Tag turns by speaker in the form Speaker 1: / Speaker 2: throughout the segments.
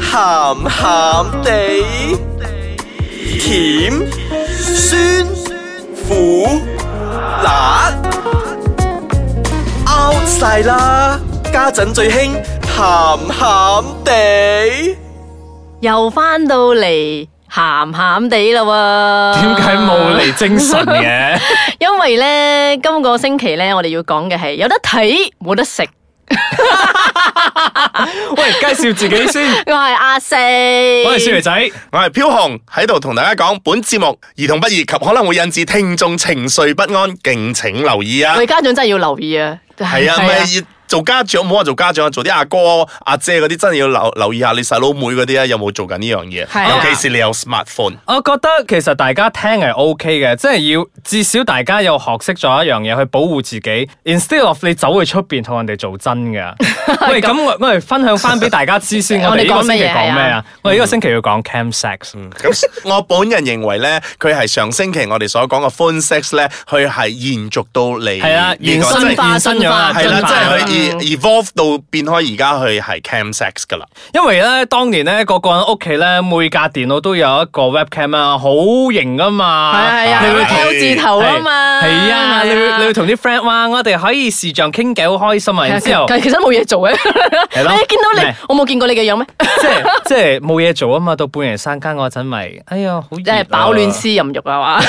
Speaker 1: 鹹鹹地，甜酸苦辣 out 晒啦！家陣最興鹹鹹地。
Speaker 2: 又翻到嚟。鹹鹹地啦喎，
Speaker 3: 點解冇嚟？精神嘅？
Speaker 2: 因為咧，今個星期咧，我哋要講嘅係有得睇冇得食。
Speaker 3: 喂，介紹自己 先，
Speaker 2: 我係阿四，
Speaker 3: 我係少爺仔。
Speaker 4: 我係飄紅喺度同大家講，本節目兒童不宜及可能會引致聽眾情緒不安，敬請留意啊！
Speaker 2: 喂，家長真係要留意啊！
Speaker 4: 係啊，咪做家長唔好話做家長，做啲阿哥阿姐嗰啲真係要留留意下你細佬妹嗰啲啊，有冇做緊呢樣
Speaker 2: 係啊
Speaker 4: 嘢？尤其是你有 smartphone，
Speaker 3: 我覺得其實大家聽係 O K 嘅，即係要至少大家有學識咗一樣嘢去保護自己，instead of 你走去出邊同人哋做真 嘅。喂，咁我我哋分享翻俾大家知 先，
Speaker 2: 我
Speaker 3: 我
Speaker 2: 哋
Speaker 3: 哋呢個星期
Speaker 2: 講乜嘢係啊
Speaker 3: 講咩啊？我哋呢個星期要講 cam sex。
Speaker 4: 咁我本人認為咧，佢係上星期我哋所講嘅 phone sex 咧，佢係延續到嚟
Speaker 3: 係啊，
Speaker 4: 呢
Speaker 3: 延
Speaker 4: 個
Speaker 3: 伸
Speaker 4: 即係
Speaker 3: 延伸咗
Speaker 4: 係啦，
Speaker 2: 進化
Speaker 4: 即係
Speaker 2: 嗯
Speaker 4: 佢 e- evolve 到變開而家佢係 cam sex 噶啦。
Speaker 3: 因為咧，當年咧，個個人屋企咧，每架電腦都有一個 webcam 啊，好型噶嘛。
Speaker 2: 係啊係啊
Speaker 3: 你會
Speaker 2: L 字頭啊嘛，
Speaker 3: 係啊，你會你會同啲 friend 哇，我哋可以視像傾偈，好開心啊！然之後
Speaker 2: 其其實冇嘢做嘅，
Speaker 3: 係咯
Speaker 2: 你見到你
Speaker 3: 咩，
Speaker 2: 我冇見過你嘅 樣咩？
Speaker 3: 即係即係冇嘢做啊嘛，到半夜三更嗰陣咪，哎呀好熱
Speaker 2: 真
Speaker 3: 啊
Speaker 2: 係飽暖思淫欲啊嘛！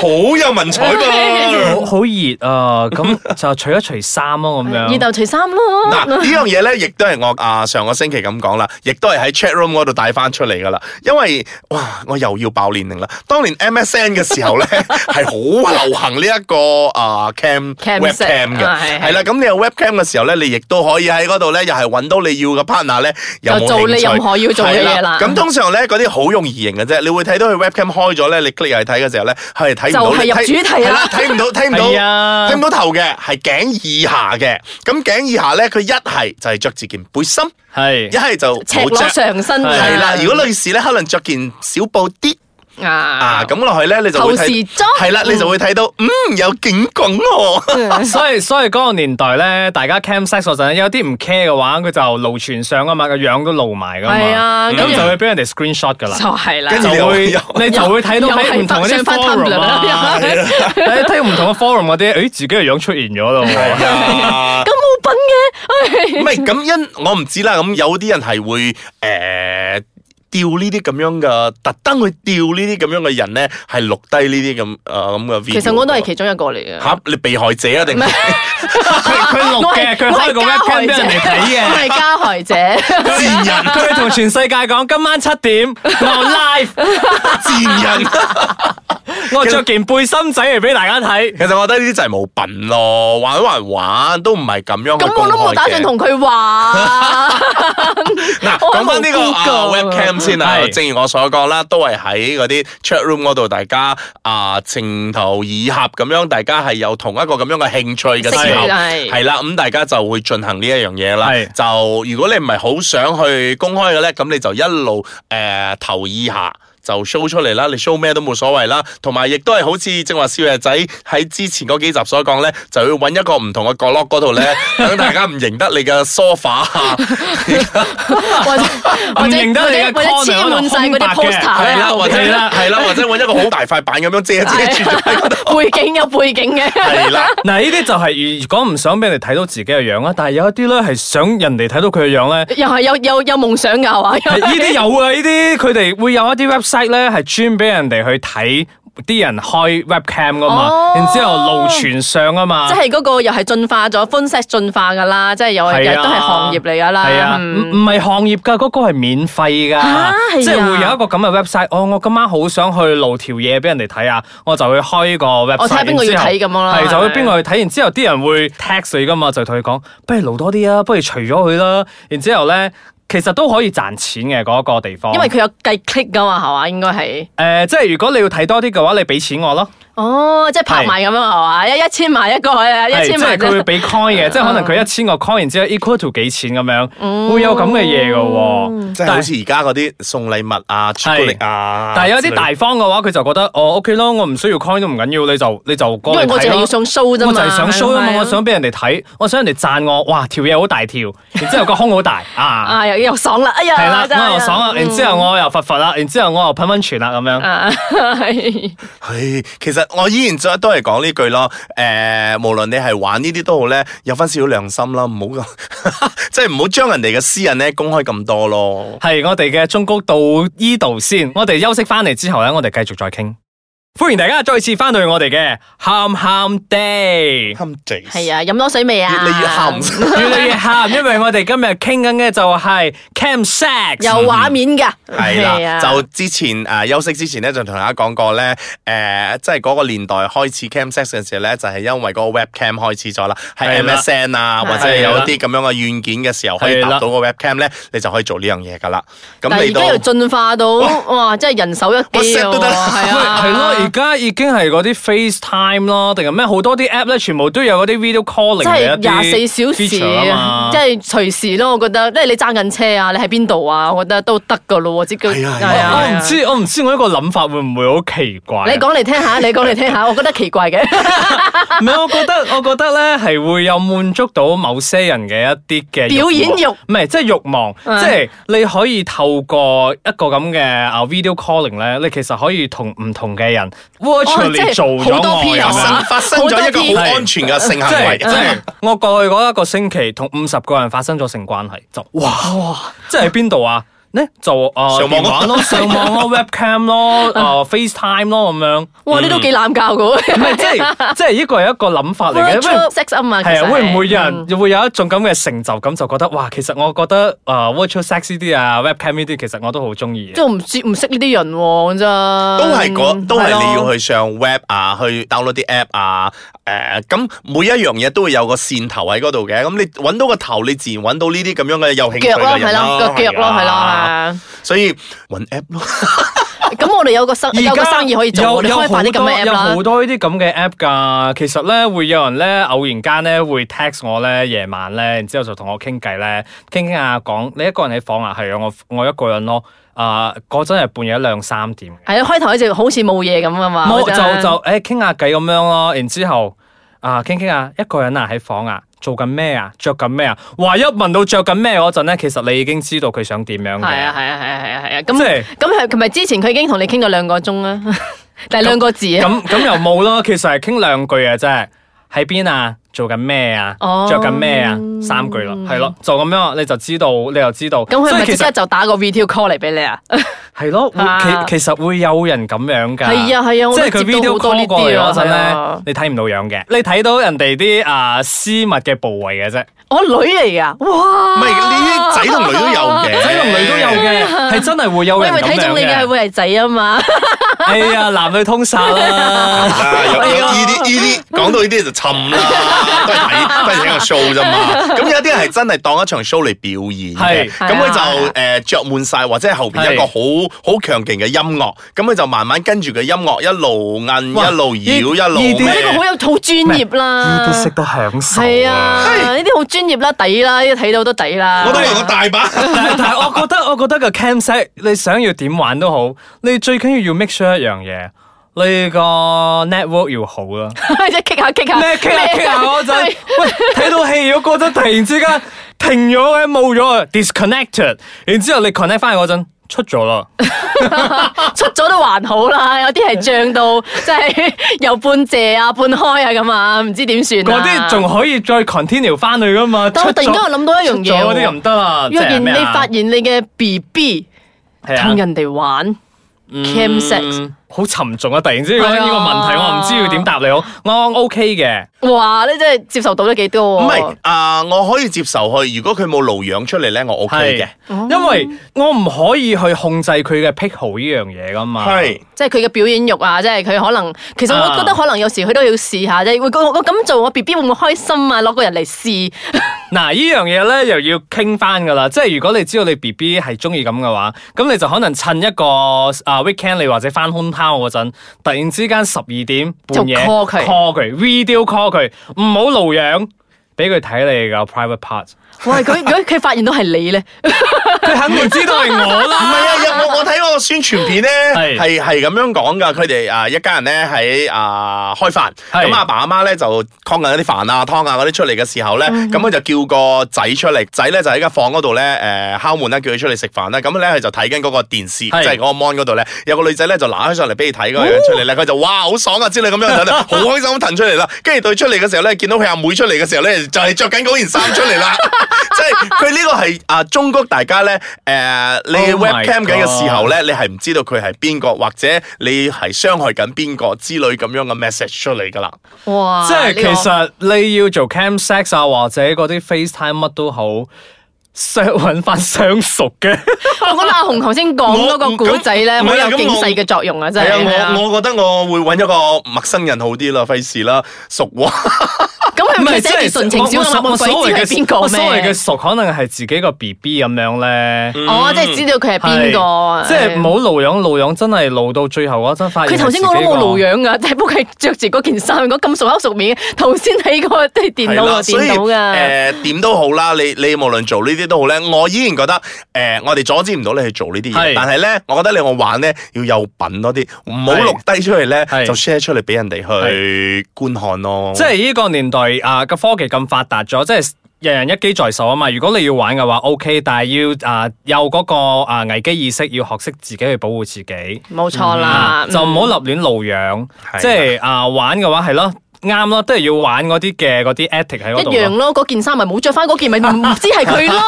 Speaker 4: 好有文 采噃！
Speaker 3: 好好熱啊！咁 就除一除衫咯咁
Speaker 2: 熱
Speaker 3: 樣。
Speaker 2: 豆除衫咯，
Speaker 4: 嗱，呢樣嘢咧，亦都係我啊上個星期咁講啦，亦都係喺 chat room 嗰度帶翻出嚟噶啦。因為哇，我又要爆年齡啦。當年 MSN 嘅時候 咧，係好流行呢、一個啊 cam
Speaker 2: Cam
Speaker 4: webcam
Speaker 2: 啊係
Speaker 4: 嘅，係啦。咁你有 webcam 嘅時候咧，你亦都可以喺嗰度咧，又係揾到你要嘅 partner 咧，有
Speaker 2: 就
Speaker 4: 冇
Speaker 2: 做
Speaker 4: 興
Speaker 2: 你
Speaker 4: 趣
Speaker 2: 任何要做嘅嘢啦
Speaker 4: 係咁通常咧，嗰啲好容易型嘅啫，你會睇到佢 webcam 開咗咧，你 click 入去睇嘅時候咧，係睇唔到
Speaker 2: 就係入
Speaker 4: 睇
Speaker 2: 主題啦
Speaker 4: 係啦，睇唔到睇唔
Speaker 3: 係
Speaker 4: 到。
Speaker 3: 啊
Speaker 4: 聽，唔到頭嘅係頸以下嘅，咁頸以下咧，佢一係就係着住件背心，一
Speaker 3: 係
Speaker 4: 係就
Speaker 2: 赤
Speaker 4: 冇
Speaker 2: 裸
Speaker 4: 着。
Speaker 2: 上身㗎
Speaker 4: 係啦，如果女士咧，可能着件小布啲啊，
Speaker 2: 啊
Speaker 4: 咁落去咧，你就會
Speaker 2: 透視
Speaker 4: 睇
Speaker 2: 裝
Speaker 4: 係啦，你就會睇到，嗯，有警棍喎，
Speaker 3: 所以所以嗰個年代咧，大家 cam sex 嗰陣有啲唔 care 嘅話，佢就露全相啊嘛，個樣都露埋噶嘛，
Speaker 2: 係啊跟
Speaker 3: 咁
Speaker 2: 住
Speaker 3: 就會俾人哋 screenshot 噶啦。
Speaker 2: 就係啦
Speaker 4: 跟。
Speaker 3: 就
Speaker 4: 住你又
Speaker 3: 會
Speaker 4: 又
Speaker 3: 你就會睇到喺唔同嗰啲
Speaker 2: 又係翻上翻
Speaker 3: forum 啊，
Speaker 2: Tumblr
Speaker 3: 睇睇唔同嘅 forum 嗰啲，誒自己嘅樣出現咗咯喎。
Speaker 4: 係 啊
Speaker 2: 咁冇品嘅，唉
Speaker 4: 唔係咁因我唔知啦，咁有啲人係會誒。調呢啲咁樣嘅，特登去調呢啲咁樣嘅人咧，係錄低呢啲咁誒咁嘅 video。
Speaker 2: 其實我都係其中一個嚟嘅。
Speaker 4: 嚇，你被害者啊定
Speaker 2: 唔係
Speaker 4: 係？
Speaker 3: 佢佢
Speaker 2: 我
Speaker 3: 錄
Speaker 2: 係
Speaker 3: 嘅，佢
Speaker 2: 我
Speaker 3: 開
Speaker 2: 係
Speaker 3: 個
Speaker 2: 加
Speaker 3: webcam
Speaker 2: 害
Speaker 3: 俾
Speaker 2: 者
Speaker 3: 人哋
Speaker 2: 我
Speaker 3: 睇嘅。
Speaker 2: 係加害 者。
Speaker 4: 賤人，
Speaker 3: 佢同全世界講：今晚七點我 live，
Speaker 4: 賤人。
Speaker 3: 我着件背心仔嚟俾大家睇。
Speaker 4: 其實我覺得呢啲就係冇品咯，玩玩玩都唔係咁樣去
Speaker 2: 咁我都冇打算
Speaker 4: 公開嘅
Speaker 2: 同 佢話。
Speaker 4: 嗱，
Speaker 2: 我
Speaker 4: 講翻呢個
Speaker 2: 冇
Speaker 4: 啊
Speaker 2: Google 啊
Speaker 4: webcam 先啊，
Speaker 3: 係
Speaker 4: 正如我所講啦，都係喺嗰啲 chat room 嗰度，大家啊情投意合咁樣，大家係有同一個咁樣嘅興趣嘅時候，
Speaker 2: 識係
Speaker 4: 係啦，咁大家就會進行呢一樣嘢啦
Speaker 3: 係。
Speaker 4: 就如果你唔係好想去公開嘅咧，咁你就一路誒投意下。就 show 出嚟啦，你 show 咩都冇所謂啦，同埋亦都係好似正話少爺仔喺之前嗰幾集所講咧，就要揾一個唔同嘅角落 嗰度咧，等大家唔認得你嘅 sofa 啊，
Speaker 2: 或者或者
Speaker 3: 認得你嘅
Speaker 2: 或者
Speaker 3: corner
Speaker 2: 黐滿晒嗰
Speaker 3: 嗰度
Speaker 2: 啲
Speaker 3: 空白嘅
Speaker 2: poster
Speaker 4: 係
Speaker 2: 咧
Speaker 4: 啦，
Speaker 2: 後
Speaker 4: 或
Speaker 2: 面
Speaker 4: 者
Speaker 3: 係啦啊
Speaker 4: 係啦，或者揾一個好大塊板咁樣遮遮住咗喺嗰度，
Speaker 2: 背景有背景嘅，
Speaker 4: 係啦。
Speaker 3: 嗱，呢啲就係如果唔想俾人哋睇到自己嘅樣啦，啊但係有一啲咧係想人哋睇到佢嘅 樣咧。
Speaker 2: 又係有有有夢想㗎係嘛？
Speaker 3: 係呢啲有啊，呢啲佢哋會有一啲 website 咧，係專俾人哋去睇啲人開 webcam 噶嘛，
Speaker 2: 哦
Speaker 3: 然之後露全相啊嘛
Speaker 2: 即。係嗰個又係進化咗 f u n s e 進化㗎啦，即係有
Speaker 3: 係啊
Speaker 2: 哦都係行業嚟㗎啦。
Speaker 3: 係啊，唔
Speaker 2: 嗯
Speaker 3: 唔係行業㗎，嗰、個係免費
Speaker 2: 啊係啊
Speaker 3: 㗎，即係會有一個咁嘅 website。哦，我今晚好想去露條嘢俾人哋睇啊，我就會開個
Speaker 2: 哦
Speaker 3: website。
Speaker 2: 我睇下邊個要睇咁樣啦
Speaker 3: 係就
Speaker 2: 係
Speaker 3: 會邊個去睇，然之後啲人會 text 你㗎嘛，就同佢講，不如露多啲啊，不如除咗佢啦。然之後咧，其實都可以賺錢嘅嗰、個地方。
Speaker 2: 因為佢有計 click 㗎嘛，係嘛？應該係
Speaker 3: 誒、即係如果你要睇多啲嘅話，你俾錢我咯。
Speaker 2: 哦，即係拍賣咁樣係嘛？一一千萬一個啊，一
Speaker 3: 係
Speaker 2: 千
Speaker 3: 即係
Speaker 2: 萬啊
Speaker 3: 佢會俾 coin 嘅，即係可能佢一千個 coin，然之後 equal to 幾錢咁
Speaker 2: 嗯
Speaker 3: 樣，會有咁嘅嘢嘅喎。
Speaker 4: 即係好似而家嗰啲送禮物啊、朱古力啊，
Speaker 3: 但係有啲大方嘅話，佢就覺得哦 OK 咯，我唔需要 coin 都唔緊要，你就你就過
Speaker 2: 因
Speaker 3: 嚟
Speaker 2: 為
Speaker 3: 睇咯
Speaker 2: 我就係要上 show 啫嘛，
Speaker 3: 我就係想 show 啊
Speaker 2: 係
Speaker 3: 嘛，
Speaker 2: 咪
Speaker 3: 我想俾人哋睇，我想人哋讚我，哇條嘢好大條，然之後個胸好大啊，
Speaker 2: 啊，又又爽啦，哎呀，
Speaker 3: 係啦，
Speaker 2: 真係嗯
Speaker 3: 我又爽啊啦，然之後我又佛佛啦，然之後我又噴温泉啦，咁樣。
Speaker 2: 啊， 係
Speaker 4: 唉，其實我依然都都係講呢句咯。誒、無論你係玩呢啲都好咧，有翻少少良心啦，唔好咁， 即係唔好將人哋嘅私隱咧公開咁多咯。
Speaker 3: 係我哋嘅中谷到依度 E 先，我哋休息翻嚟之後咧，我哋繼續再傾。歡迎大家再次翻到我哋嘅鹹鹹地。
Speaker 4: 冚地，
Speaker 2: 係啊，飲多水未啊？
Speaker 4: 越嚟越鹹。
Speaker 3: 越嚟越鹹，因為我哋今日傾緊嘅就係 cam sex，
Speaker 2: 有畫面㗎，
Speaker 4: 係
Speaker 2: 係
Speaker 4: 啦，
Speaker 2: 啊
Speaker 4: 就之前啊休息之前咧，就同大家講過咧，誒、即係嗰個年代開始 cam sex 嘅時候咧，就係、因為嗰個 webcam 開始咗啦，係
Speaker 3: 係啦
Speaker 4: MSN 啊，或者係有一啲咁樣嘅軟件嘅時候，可以
Speaker 3: 係
Speaker 4: 搭
Speaker 3: 啦
Speaker 4: 到個 webcam 咧，你就可以做呢樣嘢噶啦。
Speaker 2: 但
Speaker 4: 咁
Speaker 2: 係
Speaker 4: 你
Speaker 2: 而家又
Speaker 4: 都
Speaker 2: 進化到哇，真係人手一機啊，
Speaker 4: WhatsApp 都得啦
Speaker 2: 係
Speaker 3: 喂
Speaker 2: 啊，
Speaker 3: 係咯，而家已經係嗰啲 FaceTime 咯，定係咩好多啲 app 咧，全部都有嗰啲 video calling
Speaker 2: 即
Speaker 3: 嘅
Speaker 2: 係
Speaker 3: 一
Speaker 2: 廿四
Speaker 3: 啲
Speaker 2: 小時，即
Speaker 3: feature 啊嘛。
Speaker 2: 係隨時咯。我覺得，即係你揸緊車啊，你喺邊度啊，我覺得都得噶咯喎。只叫
Speaker 4: 係啊係啊
Speaker 3: 我唔。知，我唔知我呢個諗法會唔會好奇怪啊？
Speaker 2: 你講嚟聽下，你講嚟聽下，我覺得奇怪嘅。
Speaker 3: 唔係，我覺得我覺得咧係會有滿足到某些人嘅一啲嘅欲
Speaker 2: 表
Speaker 3: 望
Speaker 2: 演欲
Speaker 3: 唔係即係慾望，
Speaker 2: 嗯
Speaker 3: 即係你可以透過一個咁嘅啊 video calling 咧，你其實可以同唔同嘅人 virtually
Speaker 2: 係
Speaker 3: 做咗
Speaker 2: 好多
Speaker 3: 愛
Speaker 2: PR
Speaker 3: 咁
Speaker 4: 發
Speaker 3: 樣
Speaker 4: 生發生咗一個好安啊全嘅性
Speaker 3: 即
Speaker 4: 行
Speaker 3: 係
Speaker 4: 為
Speaker 3: 即。係，我過去嗰一個星期同五十個人發生咗性關係，就哇即係邊度啊？呢就誒
Speaker 4: 上網咯
Speaker 3: 電話咯，上網咯，webcam 咯，誒 FaceTime 咯咁樣。
Speaker 2: 哇，你都幾濫交嘅
Speaker 3: 唔係即係即係呢個係一個諗法嚟嘅，因為
Speaker 2: 喎。sex 啊嘛，其
Speaker 3: 係
Speaker 2: 實
Speaker 3: 啊，
Speaker 2: 係
Speaker 3: 會唔會有人
Speaker 2: 嗯
Speaker 3: 會有一種咁嘅成就感，就覺得哇，其實我覺得啊 virtual sex 呢啲啊 webcam 呢啲，其實我都好中意
Speaker 2: 即。係我唔知唔識呢啲人喎，真
Speaker 4: 都係嗰，都係
Speaker 3: 係咯
Speaker 4: 你要去上 web 啊，去 download 啲 app 啊，誒，咁每一樣嘢都會有個線頭喺嗰度嘅，咁你揾到個頭，你自然揾到呢啲咁樣嘅有興趣
Speaker 2: 腳咯，
Speaker 4: 嘅
Speaker 2: 係
Speaker 4: 人
Speaker 2: 啦，
Speaker 4: 啦，
Speaker 2: 個腳咯，係啦，係啊。
Speaker 4: 啊所以揾 app 咯，
Speaker 2: 咁我哋有個生有個生意可以做，我
Speaker 3: 有
Speaker 2: 哋
Speaker 3: 有
Speaker 2: 開發
Speaker 3: 好
Speaker 2: 啲咁
Speaker 3: 多
Speaker 2: 嘅 app
Speaker 3: 有
Speaker 2: 啦
Speaker 3: 好。多呢啲咁嘅 app 㗎。其實咧會有人咧偶然間咧會 text 我咧夜晚咧，然之後就同我傾偈咧，傾傾下講你一個人喺房啊？係啊，我我一個人咯。啊，嗰陣係半夜兩三點嘅。
Speaker 2: 係啊，開頭一直啊好似冇嘢咁噶嘛。
Speaker 3: 冇
Speaker 2: 嗰
Speaker 3: 就
Speaker 2: 陣
Speaker 3: 就誒傾下偈咁樣咯，然之後啊傾傾下，一個人啊喺房啊做緊咩啊，着緊咩啊，哇！一問到着緊咩嗰陣咧，其實你已經知道佢想點樣嘅。
Speaker 2: 係啊，係啊，係啊，係啊，係啊。咁
Speaker 3: 即係
Speaker 2: 咁係，佢咪之前佢已經同你傾咗兩個鐘啦， 但係兩個字啊。
Speaker 3: 咁咁又 冇咯，其實係傾兩句啊，真係喺邊啊，做緊咩啊
Speaker 2: 哦，
Speaker 3: 着緊咩啊，三句咯，係咯，就咁樣你就知道，你又知道。
Speaker 2: 咁佢
Speaker 3: 所以
Speaker 2: 咪
Speaker 3: 其
Speaker 2: 即刻
Speaker 3: 實
Speaker 2: 就打個 video call 嚟俾你啊？
Speaker 3: 係咯，會其其實會有人咁樣㗎。
Speaker 2: 係啊係啊我
Speaker 3: 即
Speaker 2: 都
Speaker 3: 係佢
Speaker 2: 接到
Speaker 3: video
Speaker 2: 好多呢
Speaker 3: call
Speaker 2: 啲
Speaker 3: 過嚟嗰陣
Speaker 2: 係啊
Speaker 3: 咧，你睇唔到樣嘅，你睇到人哋啲啊私密嘅部位嘅啫。
Speaker 2: 我女嚟噶，哇！
Speaker 4: 唔係呢啲仔同女都有嘅，
Speaker 3: 仔同女都有
Speaker 2: 啊
Speaker 3: 嘅，係真係會有
Speaker 2: 我
Speaker 3: 人
Speaker 2: 因為
Speaker 3: 咁
Speaker 2: 睇中你嘅係
Speaker 3: 樣嘅。
Speaker 2: 會係仔啊嘛，
Speaker 3: 哎呀，男女通殺 啦！
Speaker 4: 啊，有有呢啲呢啲，講到呢啲 就沉啦，都係睇都係睇個 show 啫嘛。咁有啲人係真係當一場 show 嚟表演嘅，
Speaker 3: 係啊
Speaker 4: 咁佢
Speaker 2: 係
Speaker 4: 就誒着滿晒，或者係後邊有一個
Speaker 3: 係
Speaker 4: 好好強勁嘅音樂，咁佢就慢慢跟住個音樂一路摁，
Speaker 3: 哇
Speaker 4: 一路
Speaker 3: 呢
Speaker 4: 搖，一路
Speaker 3: 呢啲
Speaker 2: 呢個好
Speaker 4: 咩。
Speaker 2: 有好專業啦。
Speaker 3: 得享受
Speaker 2: 係啊，呢啲好專業啦，抵啦，呢啲睇到都抵啦。
Speaker 4: 我都用過大 把，
Speaker 3: 但但係我覺得，我覺得個 cam set 你想要點玩都好，你最緊要要 make sure 一樣嘢，你個 network 要好 啦。
Speaker 2: 即係 kick 下 kick 下，
Speaker 3: 咩傾下傾下嗰陣
Speaker 2: 咩，
Speaker 3: 喂睇到戲咗嗰陣，突然之間停咗嘅，冇咗啊，disconnected。然之後你 connect 翻去嗰陣出 咗啦。
Speaker 2: 出咗都還好啦，有啲係漲 到即係又半謝啊、半開啊咁啊，唔知點算
Speaker 3: 嗰
Speaker 2: 啊
Speaker 3: 啲仲可以再 continue 翻去噶嘛？
Speaker 2: 但我突然間
Speaker 3: 出咗
Speaker 2: 我諗到一樣嘢
Speaker 3: 出咗嗰
Speaker 2: 喎
Speaker 3: 啲又唔得啦。
Speaker 2: 若
Speaker 3: 即係
Speaker 2: 然
Speaker 3: 咩
Speaker 2: 你
Speaker 3: 啊
Speaker 2: 發現你嘅 B B
Speaker 3: 係啊
Speaker 2: 同人哋玩 cam sex，
Speaker 3: 嗯好沉重啊！突然之間講呢個問題，
Speaker 2: 係啊
Speaker 3: 我唔知要點答你好。我 OK 嘅，
Speaker 2: 哇！你真係接受到都幾多
Speaker 4: 唔
Speaker 2: 喎？
Speaker 4: 係啊，我可以接受佢。如果佢冇露樣出嚟咧，我 OK
Speaker 3: 係
Speaker 4: 嘅。
Speaker 2: 哦
Speaker 3: 因為我唔可以去控制佢嘅癖好呢樣嘢噶嘛。
Speaker 4: 係
Speaker 2: 即係佢嘅表演欲啊，即係佢可能，其實我
Speaker 3: 啊
Speaker 2: 覺得可能有時佢都要試下啫。會我我咁做，我 B B 會唔會開心啊？攞個人嚟試，
Speaker 3: 嗱，呢樣嘢咧又要傾翻噶啦。即係如果你知道你 B B 係中意咁嘅話，咁你就可能趁一個啊 weekend 你或者翻 home town 嗰陣，突然之間十二點半夜
Speaker 2: 就 call 佢
Speaker 3: call 佢 video call 佢，唔好露樣，俾佢睇你個 private part。
Speaker 2: 喂， 佢佢佢發現到係你咧，
Speaker 3: 佢肯定知道係 我
Speaker 4: 唔
Speaker 3: 啦。
Speaker 4: 係啊，有我我睇嗰個宣傳片咧，
Speaker 3: 係
Speaker 4: 係係咁樣講噶。佢哋啊一家人咧喺啊開飯，
Speaker 3: 係
Speaker 4: 咁阿爸阿媽咧就劏緊啲飯啊、湯啊嗰啲出嚟嘅時候咧，咁佢就叫個仔出嚟，仔咧就喺間房嗰度咧誒敲門啊啦，叫佢出嚟食飯啦。咁咧佢就睇緊嗰個電視，即
Speaker 3: 係
Speaker 4: 係嗰個 mon 嗰度咧，有個女仔咧就拿開上嚟俾你睇嗰個樣出
Speaker 3: 哦
Speaker 4: 嚟咧，佢就哇好爽啊之類咁樣， 就好開心咁騰出嚟啦。跟住到佢出嚟嘅時候咧，見到佢阿妹出嚟嘅時候咧，就係着緊嗰件衫出 嚟啦。即係佢呢個係啊中谷大家咧誒你
Speaker 3: Oh my
Speaker 4: webcam 緊嘅時候
Speaker 3: God
Speaker 4: 咧，你係唔知道佢係邊個，或者你係傷害緊邊個之類咁樣嘅 message 出嚟噶啦。
Speaker 2: 哇！
Speaker 3: 即係
Speaker 2: 呢
Speaker 3: 其
Speaker 2: 個
Speaker 3: 實你要做 cam sex 啊，或者嗰啲 FaceTime 乜都好，相揾翻相熟嘅。
Speaker 2: 我覺得阿紅頭先講嗰個古仔咧，
Speaker 4: 我唔
Speaker 2: 好
Speaker 4: 係啊
Speaker 2: 有
Speaker 4: 咁
Speaker 2: 警
Speaker 4: 我
Speaker 2: 世嘅作用啊！真
Speaker 4: 係
Speaker 2: 係。係
Speaker 4: 啊
Speaker 2: 啊，
Speaker 4: 我我覺得我會揾一個陌生人好啲啦，費事啦，熟話。
Speaker 2: 咁係咪寫
Speaker 3: 係
Speaker 2: 住純情小
Speaker 3: 我
Speaker 2: 說
Speaker 3: 我
Speaker 2: 我鬼
Speaker 3: 所謂
Speaker 2: 知係邊個
Speaker 3: 我所謂
Speaker 2: 咩
Speaker 3: 嘅？熟，可能係自己個 B B 咁樣咧。
Speaker 2: 哦，即係知道佢係邊個，啊
Speaker 3: 即係
Speaker 2: 係
Speaker 3: 唔好露樣，露樣真係露到最後嗰陣發現
Speaker 2: 佢頭先我都冇露，樣噶，但係不過佢着住嗰件衫，嗰咁熟口熟面，頭先喺個即係電
Speaker 4: 係
Speaker 2: 腦
Speaker 4: 啦，
Speaker 2: 度
Speaker 4: 所以
Speaker 2: 見到噶。
Speaker 4: 誒點都好啦，你你無論做呢啲都好咧，我依然覺得誒、呃我哋阻止唔到你去做呢啲嘢
Speaker 3: 係，
Speaker 4: 但係咧，我覺得你我玩咧要有品多啲，唔好
Speaker 3: 係
Speaker 4: 錄低出嚟咧
Speaker 3: 係
Speaker 4: 就 share 出嚟俾人哋去觀看咯。
Speaker 3: 即係呢個年代啊個科技咁發達咗，即係。人人一機在手啊嘛！如果你要玩嘅話，OK，但係要啊、有嗰、個啊、危機意識，要學識自己去保護自己，
Speaker 2: 冇錯啦嗯
Speaker 3: 啊，就唔好立亂露樣，
Speaker 4: 係
Speaker 3: 即係啊、玩嘅話係咯，啱咯，都係要玩嗰啲嘅嗰啲 ethic 喺
Speaker 2: 一
Speaker 3: 嗰度咯。
Speaker 2: 樣咯。嗰件衫咪冇着翻嗰件，咪唔唔知係佢咯。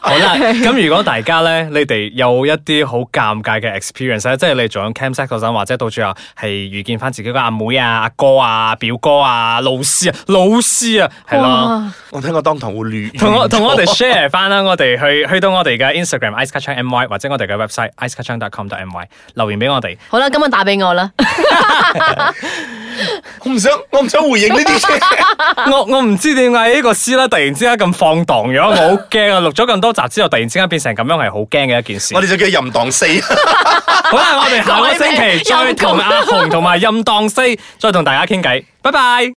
Speaker 3: 好啦，咁如果大家咧，你哋有一啲好尷尬嘅 experience 咧，即係你做緊 cam set 嗰陣，或者到最後係遇見翻自己個阿妹啊、阿哥啊、表哥啊、老師啊、老師啊， 係咯。
Speaker 2: 哇
Speaker 4: 我聽我當堂會亂。
Speaker 3: 同我同我哋 share 翻啦，我哋去去到我哋嘅 Instagram i c e c a t c h n my 或者我哋嘅 website i c e c a t c h n c o m my 留言俾我哋。
Speaker 2: 好啦，今日打俾我啦。
Speaker 4: 我唔想，我唔想回應呢啲嘢。
Speaker 3: 我我唔知點解呢個師咧突然之間咁放蕩咗，我好驚啊！錄咗咁多集之後，突然之間變成咁樣係好驚嘅一件事
Speaker 4: 我。哋就叫淫蕩四。
Speaker 3: 好啦，我哋下個星期
Speaker 2: 各位
Speaker 3: 再
Speaker 2: 咩
Speaker 3: 同阿紅同埋任當西再同大家傾偈，拜拜。